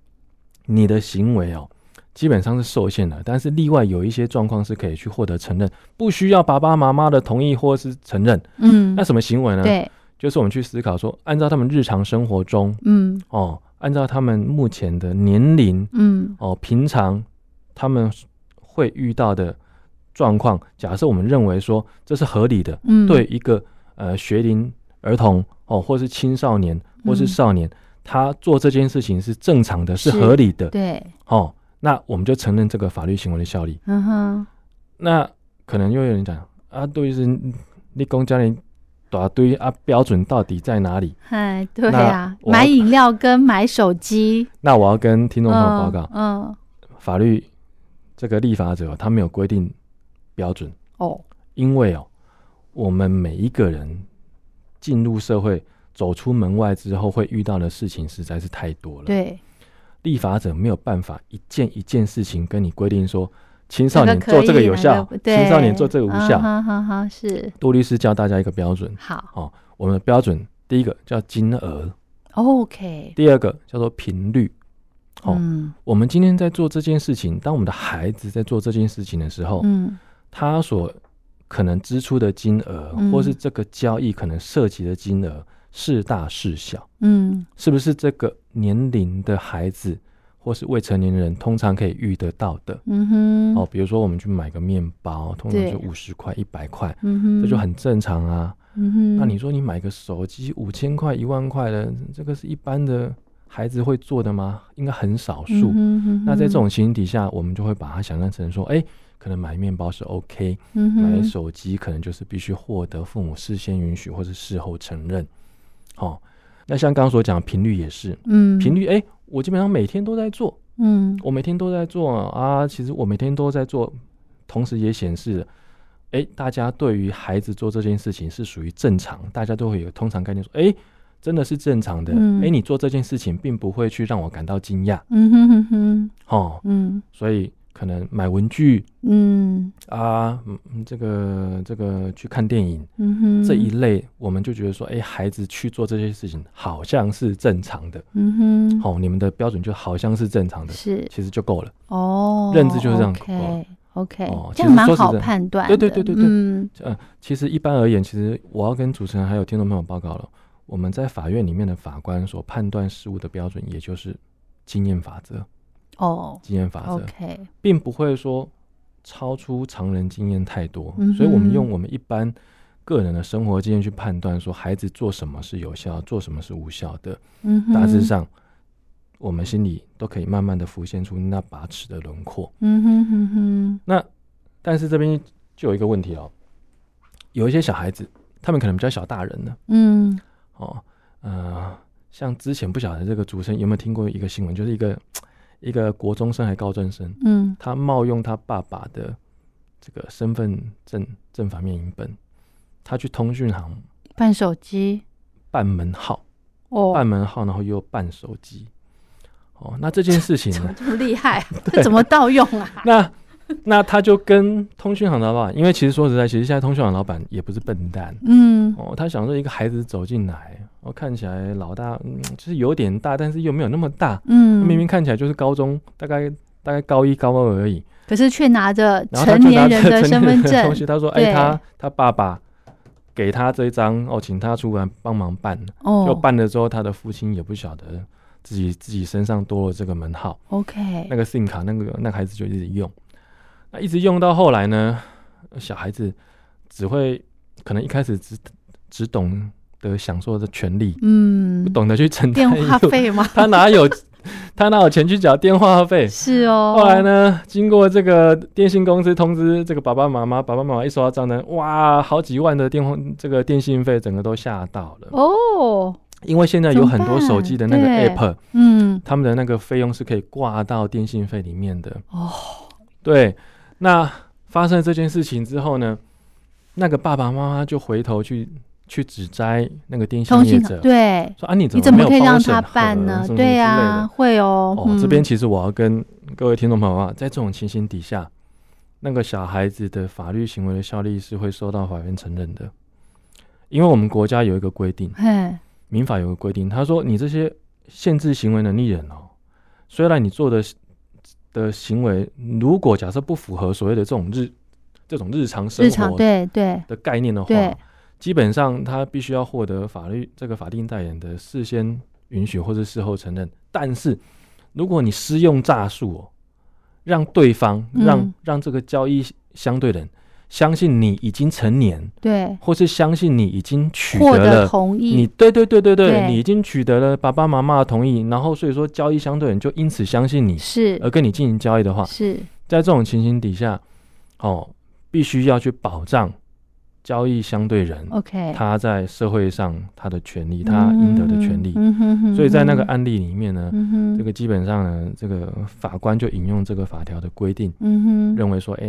S3: 你的行为哦，基本上是受限的，但是例外有一些状况是可以去获得承认，不需要爸爸妈妈的同意或是承认。
S2: 嗯，
S3: 那什么行为呢？，
S2: 对，
S3: 就是我们去思考说，按照他们日常生活中
S2: 嗯
S3: 哦，按照他们目前的年龄
S2: 嗯
S3: 哦，平常他们会遇到的状况，假设我们认为说这是合理的，
S2: 嗯，
S3: 对，一个呃学龄儿童哦，或是青少年或是
S2: 嗯
S3: 少年，他做这件事情是正常的，是
S2: 是
S3: 合理的
S2: 对，
S3: 哦，那我们就承认这个法律行为的效力。
S2: 嗯哼，
S3: 那可能又有人讲啊，对于是立功家里打堆啊，标准到底在哪里？
S2: 哎，对
S3: 那
S2: 啊，
S3: 我
S2: 买饮料跟买手机，
S3: 那我要跟听众朋友报告，
S2: 嗯，嗯，
S3: 法律这个立法者他没有规定标准，
S2: 哦，
S3: 因为哦，我们每一个人进入社会、走出门外之后会遇到的事情实在是太多了。
S2: 对，
S3: 立法者没有办法一件一件事情跟你规定说，青少年
S2: 这可
S3: 做这个
S2: 以
S3: 有
S2: 哪
S3: 效
S2: 不，对嗯
S3: 青少年做这个无效。
S2: 哈哈哈，是
S3: 杜律师教大家一个标准，哦
S2: 好
S3: 我们的标准第一个叫金额，
S2: ，OK，
S3: 第二个叫做频率。哦
S2: 嗯
S3: 我们今天在做这件事情，当我们的孩子在做这件事情的时候，
S2: 嗯
S3: 他所可能支出的金额，
S2: 嗯
S3: 或是这个交易可能涉及的金额是大是小，
S2: 嗯，
S3: 是不是这个年龄的孩子或是未成年人通常可以遇得到的？
S2: 嗯哼，
S3: 哦，，比如说我们去买个面包，通常
S2: 对
S3: 就五十块、一百块，
S2: 嗯哼，
S3: 这就，很正常啊。
S2: 嗯哼，
S3: 那你说你买个手机五千块、一万块的，这个是一般的孩子会做的吗？应该很少
S2: 嗯
S3: 数。
S2: 哼嗯哼
S3: 那在这种情形底下，我们就会把它想象成说，哎、可能买面包是 OK，
S2: 嗯
S3: 买
S2: 哼
S3: 手机可能就是必须获得父母事先允许或是事后承认。好、那像刚刚所讲的频率也是，
S2: 嗯
S3: 频率哎、我基本上每天都在做，
S2: 嗯
S3: 我每天都在做啊，其实我每天都在做，同时也显示了。哎，大家对于孩子做这件事情是属于正常，大家都会有通常概念说，哎，真的是正常的。
S2: 嗯
S3: 哎、你做这件事情并不会去让我感到惊讶，
S2: 嗯哼哼哼
S3: 哦，
S2: 嗯
S3: 所以可能买文具
S2: 嗯
S3: 啊，嗯嗯，这个这个去看电影，
S2: 嗯哼
S3: 这一类，我们就觉得说，哎、孩子去做这些事情好像是正常的，
S2: 嗯哼
S3: 好、你们的标准就好像是正常的，
S2: 是
S3: 其实就够了。
S2: 哦，
S3: 认知就是这样
S2: OK OK，
S3: 哦
S2: 这
S3: 其
S2: 样
S3: 实
S2: 蛮
S3: 说实
S2: 好
S3: 在
S2: 判断的。
S3: 对对对对对
S2: 嗯
S3: 呃，其实一般而言，其实我要跟主持人还有听众朋友报告了，我们在法院里面的法官所判断事物的标准，也就是经验法则，
S2: 哦
S3: 经验法则，
S2: ，OK，
S3: 并不会说超出常人经验太多，
S2: 嗯哼
S3: 所以我们用我们一般个人的生活经验去判断，说孩子做什么是有效，做什么是无效的。
S2: 嗯哼，
S3: 大致，上，我们心里都可以慢慢的浮现出那把尺的轮廓。
S2: 嗯哼哼哼，
S3: 那但是这边就有一个问题哦，有一些小孩子，他们可能比较小大人呢，
S2: 嗯
S3: 哦，呃，像之前不晓得这个主持人有没有听过一个新闻，就是一个一个国中生还高中生，
S2: 嗯
S3: 他冒用他爸爸的这个身份证正反面影本，他去通讯行
S2: 办手机
S3: 办门号，
S2: 哦
S3: 办，门号，然后又办手机。哦，那这件事情
S2: 怎
S3: 呢
S2: 么？这么厉害啊？这怎么盗用啊？
S3: 那那他就跟通讯行老板，因为其实说实在，其实现在通讯行老板也不是笨蛋
S2: 嗯
S3: 哦，他想说一个孩子走进来，哦，看起来老大，嗯，就是有点大，但是又没有那么大，
S2: 嗯，
S3: 明明看起来就是高中，大概大概高一高二而已，
S2: 可是却拿着
S3: 然后他
S2: 成
S3: 就拿
S2: 年
S3: 着
S2: 人 身
S3: 成年
S2: 份
S3: 人的
S2: 证
S3: 东西，他说，哎，
S2: 对
S3: 他他爸爸给他这一张，哦，请他出来帮忙办，就
S2: 哦
S3: 办了之后，他的父亲也不晓得自己自己身上多了这个门号。
S2: ，OK，
S3: 那个 SIM 卡，那个那个孩子就一直用，那一直用到后来呢，小孩子只会可能一开始只只懂得享受的权利，
S2: 嗯
S3: 不，懂得去承
S2: 电
S3: 担
S2: 话费吗？
S3: 他哪有 他哪有钱去缴电话费？
S2: 是哦，
S3: 后来？呢，经过这个电信公司通知这个爸爸妈妈，爸爸妈妈一收到账单，哇，好几万的电话这个电信费，整个都吓到了。
S2: 哦，
S3: 因为现在有很
S2: 怎
S3: 多
S2: 么办
S3: 手机的那个
S2: 对
S3: app，
S2: 嗯，
S3: 他们的那个费用是可以挂到电信费里面的。
S2: 哦，
S3: 对，那发生这件事情之后呢，那个爸爸妈妈就回头去去指摘那个电信
S2: 通
S3: 业
S2: 信
S3: 者，
S2: 对，
S3: 说啊，你怎
S2: 你
S3: 么
S2: 怎
S3: 没
S2: 么
S3: 有
S2: 可以
S3: 帮我
S2: 让
S3: 审
S2: 他
S3: 核
S2: 办呢？
S3: 什么什么
S2: 对
S3: 之类
S2: 呀、
S3: 的
S2: 会哦。
S3: 哦，这
S2: 嗯
S3: 边其实我要跟各位听众朋友啊，在这种情形底下，那个小孩子的法律行为的效力是会受到法院承认的，因为我们国家有一个规定，
S2: 嘿，
S3: 民法有个规定，他说你这些限制行为能力人哦，虽然你做的的行为，如果假设不符合所谓的这种日这种日常生
S2: 日常
S3: 活
S2: 对对
S3: 的概念的
S2: 对
S3: 话，基本上他必须要获得法律这个法定代理人的事先允许或者事后承认。但是如果你施用诈术哦，让对方
S2: 嗯
S3: 让、让这个交易相对人相信你已经成年，
S2: 对，
S3: 或是相信你已经取
S2: 获
S3: 得了
S2: 得同
S3: 你
S2: 意，
S3: 对对对对对，
S2: 对
S3: 你已经取得了爸爸妈妈的同意，然后所以说交易相对人就因此相信你，呃嗯
S2: 是
S3: 而跟你进行交易的话，
S2: 是，
S3: 在这种情形底下，哦，必须要去保障交易相对人
S2: OK，
S3: 他在社会上他的权利，他应得的权利。
S2: 嗯哼哼，
S3: 所以在那个
S2: 嗯
S3: 案例里面呢，
S2: 哼，
S3: 这个基本上呢，这个法官就引用这个法条的规定，
S2: 嗯哼，
S3: 认为说，哎、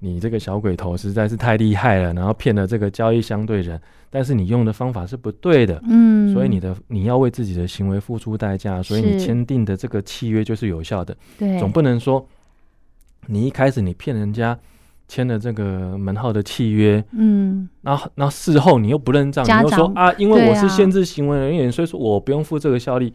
S3: 你这个小鬼头实在是太厉害了，然后骗了这个交易相对人，但是你用的方法是不对的。
S2: 嗯，
S3: 所以你的你要为自己的行为付出代价，所以
S2: 是
S3: 你签订的这个契约就是有效的，
S2: 对
S3: 总不能说你一开始你骗人家签了这个门号的契约，
S2: 嗯
S3: 然后然后事后你又不认账，
S2: 家
S3: 你又说
S2: 长
S3: 啊，因为
S2: 对
S3: 我
S2: 啊
S3: 是限制行为人员，所以说我不用负这个效力，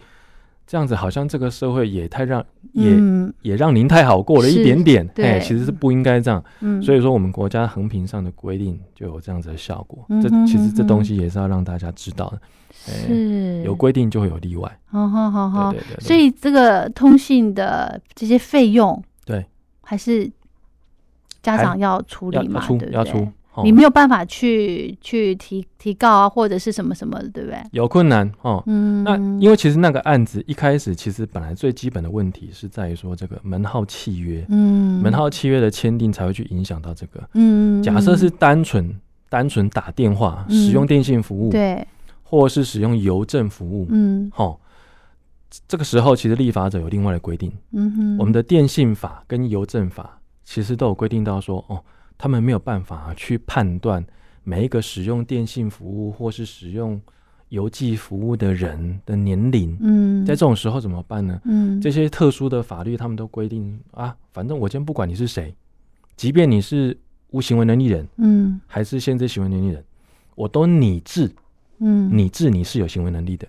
S3: 这样子好像这个社会也太让也、
S2: 嗯
S3: 也让您太好过了一
S2: 是
S3: 点点，
S2: 对
S3: 哎、其实是不应该这样。
S2: 嗯，
S3: 所
S2: 以
S3: 以说我们国家横屏上的规定就有这样子的效果，
S2: 嗯
S3: 这
S2: 哼
S3: 其实
S2: 哼
S3: 这
S2: 哼
S3: 东西也是要让大家知道的，哎
S2: 是哦
S3: 有，规定就会有例外。
S2: 好好好好，
S3: 对对对对
S2: 所以这个通信的这些费用，
S3: 对，
S2: 还是家
S3: 还
S2: 长要处
S3: 要
S2: 理
S3: 要
S2: 嘛，
S3: 出
S2: 对不
S3: 要
S2: 对
S3: 出，哦
S2: 你没有办法去去提提告啊，或者是什么什么的，对不对？
S3: 有困难哦。
S2: 嗯，
S3: 那因为其实那个案子一开始，其实本来最基本的问题是在于说这个门号契约，
S2: 嗯
S3: 门号契约的签订才会去影响到这个。
S2: 嗯，
S3: 假设是单纯单纯打电话、
S2: 嗯
S3: 使用电信服务，
S2: 对，
S3: 或是使用邮政服务，
S2: 嗯
S3: 哦，这个时候其实立法者有另外的规定，
S2: 嗯哼，
S3: 我们的电信法跟邮政法其实都有规定到说，哦，他们没有办法去判断每一个使用电信服务或是使用邮寄服务的人的年龄，
S2: 嗯，
S3: 在这种时候怎么办呢？
S2: 嗯
S3: 这些特殊的法律，他们都规定啊，反正我今天不管你是谁，即便你是无行为能力人
S2: 嗯
S3: 还是限制行为能力人，我都拟制，
S2: 嗯
S3: 拟制你是有行为能力的，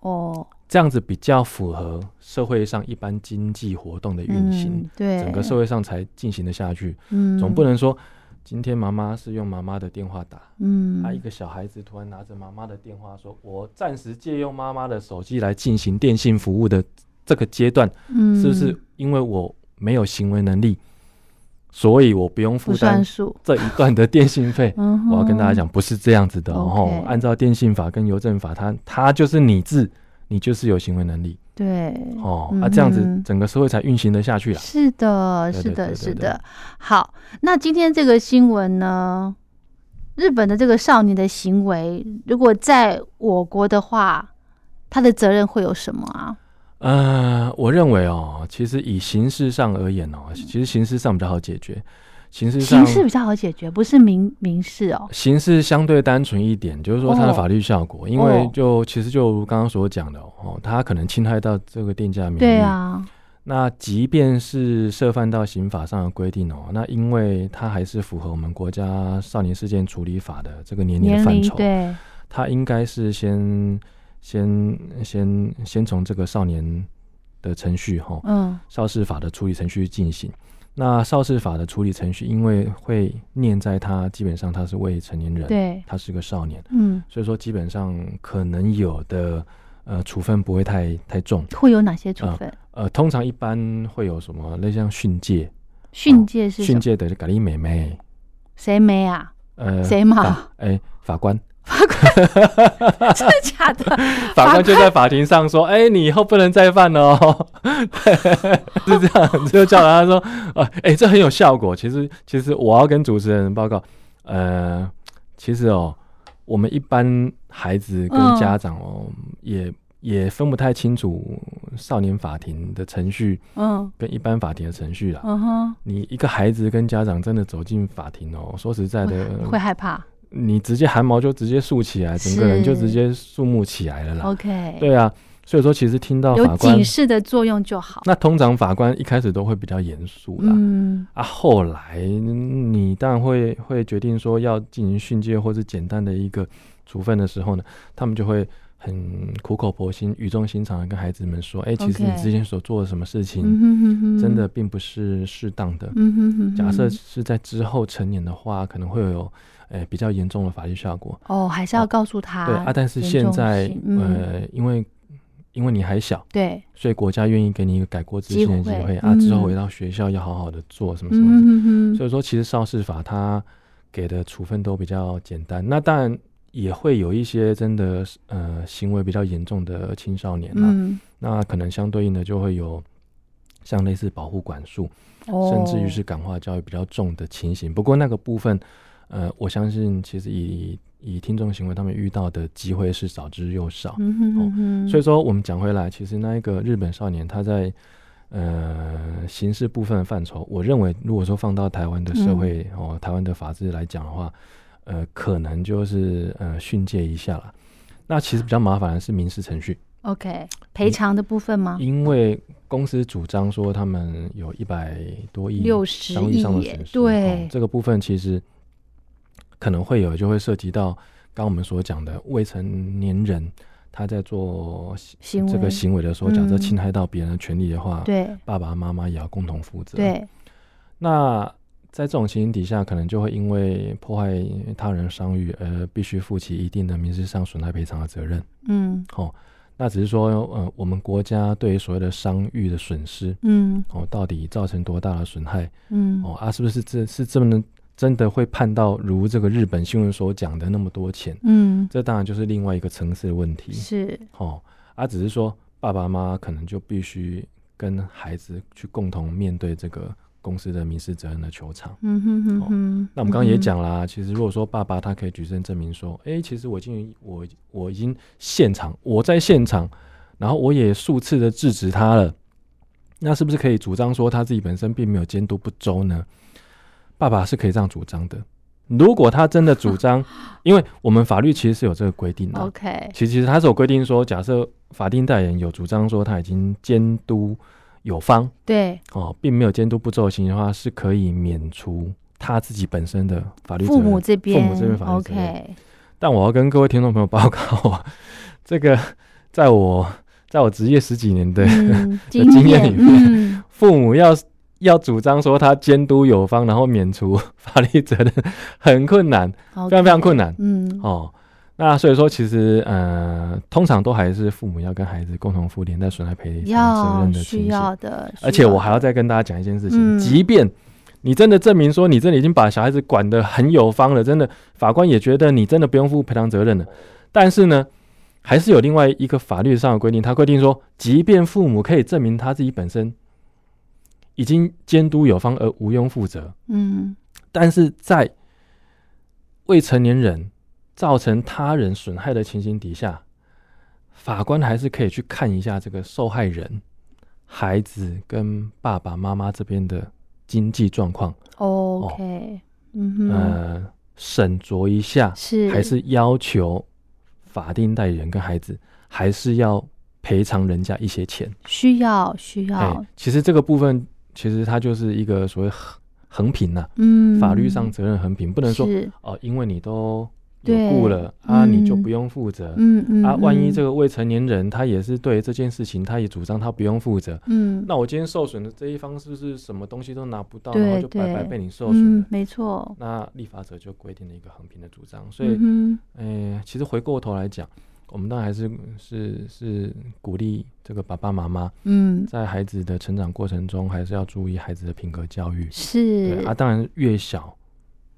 S2: 哦
S3: 这样子比较符合社会上一般经济活动的运行。
S2: 嗯对
S3: 整个社会上才进行的下去，
S2: 嗯
S3: 总不能说今天妈妈是用妈妈的电话打，
S2: 嗯
S3: 啊，一个小孩子突然拿着妈妈的电话说：“我暂时借用妈妈的手机来进行电信服务的这个阶段，
S2: 嗯
S3: 是不是因为我没有行为能力，所以我不用
S2: 不
S3: 负担
S2: 算数？？”
S3: 这一段的电信费
S2: 嗯，
S3: 我要跟大家，讲，不是这样子的哦。
S2: OK
S3: 按照电信法跟邮政法，它它就是拟制，你就是有行为能力
S2: 对，
S3: 哦。
S2: 嗯
S3: 啊，这样子
S2: 哼
S3: 整个社会才运行得下去啦。
S2: 是的，
S3: 对
S2: 是
S3: 对
S2: 的，
S3: 对
S2: 是
S3: 对对
S2: 的。好，那今天这个新闻呢，日本的这个少年的行为，如果在我国的话，他的责任会有什么啊？
S3: 呃，我认为哦，其实以形式上而言哦，其实形式上比较好解决。形式上
S2: 刑，事比较好解决，不是民民事哦。
S3: 形式相对单纯一点，就是说它
S2: 哦
S3: 的法律效果，因为
S2: 哦
S3: 就其实就如刚刚所讲的哦，它可能侵害到这个店家的名誉。
S2: 对。啊，
S3: 那即便是涉犯到刑法上的规定哦，那因为它还是符合我们国家少年事件处理法的这个年龄
S2: 年
S3: 范
S2: 龄
S3: 畴，
S2: 对，
S3: 它应该是先先先先从这个少年的程序哈、哦，
S2: 嗯
S3: 少事法的处理程序进行。那少事法的处理程序，因为会念在他基本上他是未成年人，
S2: 对，
S3: 他是个少年，
S2: 嗯，
S3: 所以说基本上可能有的呃处分不会太太重。
S2: 会有哪些处
S3: 啊
S2: 分？
S3: 呃，通常一般会有什么类似像训诫，
S2: 训诫是什
S3: 训
S2: 么？
S3: 诫的咖喱妹妹，
S2: 谁没啊？
S3: 呃，
S2: 谁嘛？
S3: 法？哎、法官，
S2: 真的假的？
S3: 法官就在法庭上说：“哎、你以后不能再犯了哦。” 是这样，就叫他说：“啊，哎、这很有效果。”其实，其实我要跟主持人报告，呃，其实哦，我们一般孩子跟
S2: 嗯
S3: 家长哦，也也分不太清楚少年法庭的程序
S2: 嗯
S3: 跟一般法庭的程序啦。
S2: 嗯哼，
S3: 你一个孩子跟家长真的走进法庭哦，说实在的，
S2: 会会害怕。
S3: 你直接汗毛就直接竖起来，整个人就是直接肃穆起来了啦。
S2: OK，
S3: 对啊，所以说其实听到
S2: 哎有
S3: 法官
S2: 警，示的作用就好。
S3: 那通常法官一开始都会比较严肃啦。
S2: 嗯
S3: 啊，后来嗯你当然会会决定说要进行训诫或是简单的一个处分的时候呢，他们就会很苦口婆心、语重心长的跟孩子们说：“哎、其实你
S2: OK
S3: 之前所做的什么事情
S2: 嗯哼哼哼，
S3: 真的，并不是适当的。
S2: 嗯哼哼哼，
S3: 假设是在之后成年的话，可能会有诶、比较严重的法律效果。
S2: 哦，还是要告诉他，
S3: 对啊，但是现在
S2: 严重性嗯
S3: 呃，因为因为你还小，
S2: 对，
S3: 所以国家愿意给你一个改过自新的机
S2: 机
S3: 会
S2: 会
S3: 啊，之后
S2: 嗯
S3: 回到学校要好好的做什么什么。
S2: 嗯哼哼
S3: 所
S2: 哼，
S3: 以说，其实少事法它给的处分都比较简单，那当然也会有一些真的呃行为比较严重的青少年啦、
S2: 嗯，
S3: 那可能相对应的就会有。像类似保护管束，
S2: 哦
S3: 甚至于是感化教育比较重的情形。不过那个部分，呃，我相信其实以以听众行为他们遇到的机会是少之又少。
S2: 嗯哼哼哼，
S3: 所以说，我们讲回来，其实那一个日本少年他在呃刑事部分的范畴，我认为如果说放到台湾的社
S2: 嗯
S3: 会、哦，台湾的法制来讲的话，呃，可能就是呃训诫一下啦。那其实比较麻烦的是民事程序，
S2: OK 赔偿的部分吗？
S3: 因为公司主张说他们有一百多亿
S2: 六十
S3: 商
S2: 亿
S3: 誉上的
S2: 耶
S3: 损失，哦
S2: 对，
S3: 这个部分其实可能会有，就会涉及到刚刚我们所讲的未成年人他在做
S2: 行为
S3: 这个行为的时候，假设
S2: 嗯
S3: 侵害到别人的权利的话，
S2: 对
S3: 爸爸妈妈也要共同负责。，
S2: 对，
S3: 那在这种情形底下，可能就会因为破坏他人商誉而必须负起一定的民事上损害赔偿的责任。
S2: 嗯
S3: 哦，那只是说，呃，我们国家对于所谓的商誉的损失，
S2: 嗯
S3: 哦，到底造成多大的损害？
S2: 嗯，
S3: 哦啊，是不是这是这么真的会判到如这个日本新闻所讲的那么多钱，
S2: 嗯，
S3: 这当然就是另外一个层次的问题。
S2: 是，
S3: 哦，啊，只是说爸爸妈妈可能就必须跟孩子去共同面对这个公司的民事责任的球场。
S2: 嗯哼哼
S3: 哦
S2: 哼。
S3: 那我们刚刚也
S2: 嗯哼，
S3: 讲啦，其实如果说爸爸他可以举证证明说，诶，其实我已经我我已经现场我在现场，然后我也数次的制止他了，那是不是可以主张说他自己本身并没有监督不周呢？爸爸是可以这样主张的。如果他真的 主张，因为我们法律其实是有这个规定的，啊
S2: OK，
S3: 其实其实他是有规定说，假设法定代理人有主张说他已经监督有方
S2: 对，
S3: 哦，并没有监督不周的情形的话，是可以免除他自己本身的法律责
S2: 父母
S3: 任。
S2: 这边，
S3: 父母这边法律责任
S2: OK，
S3: 但我要跟各位听众朋友报告啊，这个在我在我职业十几年的
S2: 嗯，经
S3: 经验
S2: 验，
S3: 里
S2: 嗯，
S3: 父母要要主张说他监督有方，然后免除 法律责任，很困难，
S2: 非
S3: 非常非常困难。
S2: 嗯，
S3: 哦，那所以说，其实呃，通常都还是父母要跟孩子共同负连带损害赔偿责
S2: 要
S3: 任的
S2: 需
S3: 情形。
S2: 要的，
S3: 而
S2: 需
S3: 且
S2: 要
S3: 我还要再跟大家讲一件事情，
S2: 嗯
S3: 即便你真的证明说你真的已经把小孩子管得很有方了，真的法官也觉得你真的不用负赔偿责任了，但是呢。还是有另外一个法律上的规定，它规定说，即便父母可以证明他自己本身已经监督有方而无庸负责，
S2: 嗯
S3: 但是在未成年人造成他人损害的情形底下，法官还是可以去看一下这个受害人、孩子跟爸爸妈妈这边的经济状况，
S2: 哦，OK，嗯哼，
S3: 呃，审酌一下，
S2: 是
S3: 还是要求法定代理人跟孩子还是要赔偿人家一些钱。
S2: 需要需
S3: 哎、
S2: 要，
S3: 其实这个部分其实它就是一个所谓横横平呐、
S2: 嗯，
S3: 法律上责任横平，不
S2: 不
S3: 能说
S2: 嗯
S3: 哦，因为你都有
S2: 对
S3: 雇了啊，
S2: 嗯
S3: 你就不用负责、
S2: 嗯
S3: 啊。万一这
S2: 个
S3: 个未成年人他也是对这件事情，他也主张他不用负责，
S2: 嗯
S3: 那我今天受损的这一方是不是什么东西都拿不到，
S2: 对
S3: 然后就白白
S2: 对
S3: 被你受损
S2: 嗯
S3: 了？
S2: 没错，
S3: 那立法者就规定了一个横平的主张，所以，
S2: 嗯
S3: 诶、其实回过头来讲，我们当然还是是是鼓励这个爸爸妈妈
S2: 哼嗯
S3: 在孩子的成长过程中，还是要注意孩子的品格教育。对
S2: 是
S3: 啊，当然越小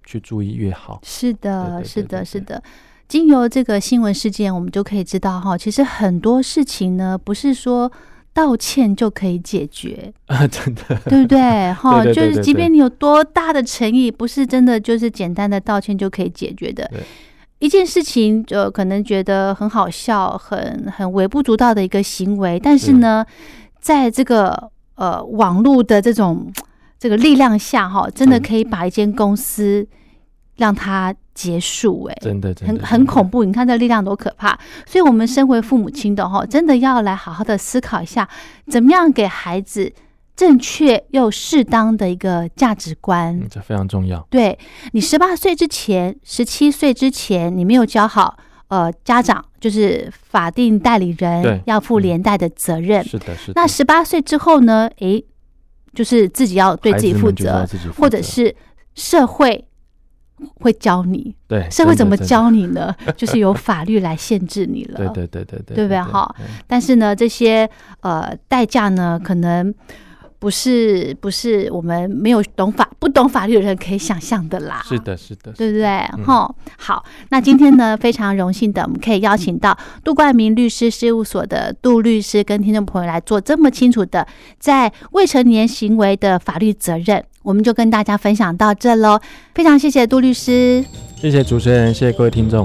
S3: 去注意越好。
S2: 是的，
S3: 对
S2: 是
S3: 对
S2: 的，
S3: 对
S2: 是
S3: 对
S2: 的。经由这个新闻事件，我们就可以知道哈，其实很多事情呢，不是说道歉就可以解决，
S3: 啊，真的，
S2: 对不对？哈，
S3: 对对
S2: 就
S3: 对
S2: 是
S3: 对
S2: 即
S3: 对
S2: 便你有多大的诚意，不是真的就是简单的道歉就可以解决的
S3: 对。
S2: 一件事情，呃，可能觉得很好笑、很很微不足道的一个行为，但是
S3: 嗯
S2: 呢，在这个呃网络的这种这个力量下，哈，真的
S3: 嗯
S2: 可以把一间公司让它结束、哎，
S3: 真的，真的
S2: 很
S3: 真
S2: 很
S3: 的
S2: 恐怖，你看这力量多可怕！所以，我们身为父母亲的哈，真的要来好好的思考一下，怎么样给孩子正确又适当的一个价值观。
S3: 嗯，这非常重要。
S2: 对你十八岁之前、十七岁之前，你没有教好，呃，家长就是法定代理人
S3: 对
S2: 要负
S3: 嗯
S2: 连带的责任。
S3: 是的，是的。
S2: 那十八岁之后呢？诶，就是自己要对
S3: 孩
S2: 自己
S3: 子
S2: 负
S3: 们就是要
S2: 责，
S3: 自己负责，
S2: 或者是社会会教你。
S3: 对
S2: 社会怎么？
S3: 真的
S2: 教你呢？ 就是由法律来限制你了。
S3: 真的对对对对
S2: 对不对哈？但是呢，这些呃代价呢，可能不是不是我们没有懂法不懂法律的人可以想象的啦。
S3: 是的，是的，
S2: 对不对？
S3: 嗯
S2: 哈、好，那今天呢，非常荣幸的，我们可以邀请到杜冠明律师事务所的杜律师跟听众朋友来做这么清楚的在未成年行为的法律责任，我们就跟大家分享到这喽。非常谢谢杜律师。
S3: 谢谢主持人，谢谢各位听众。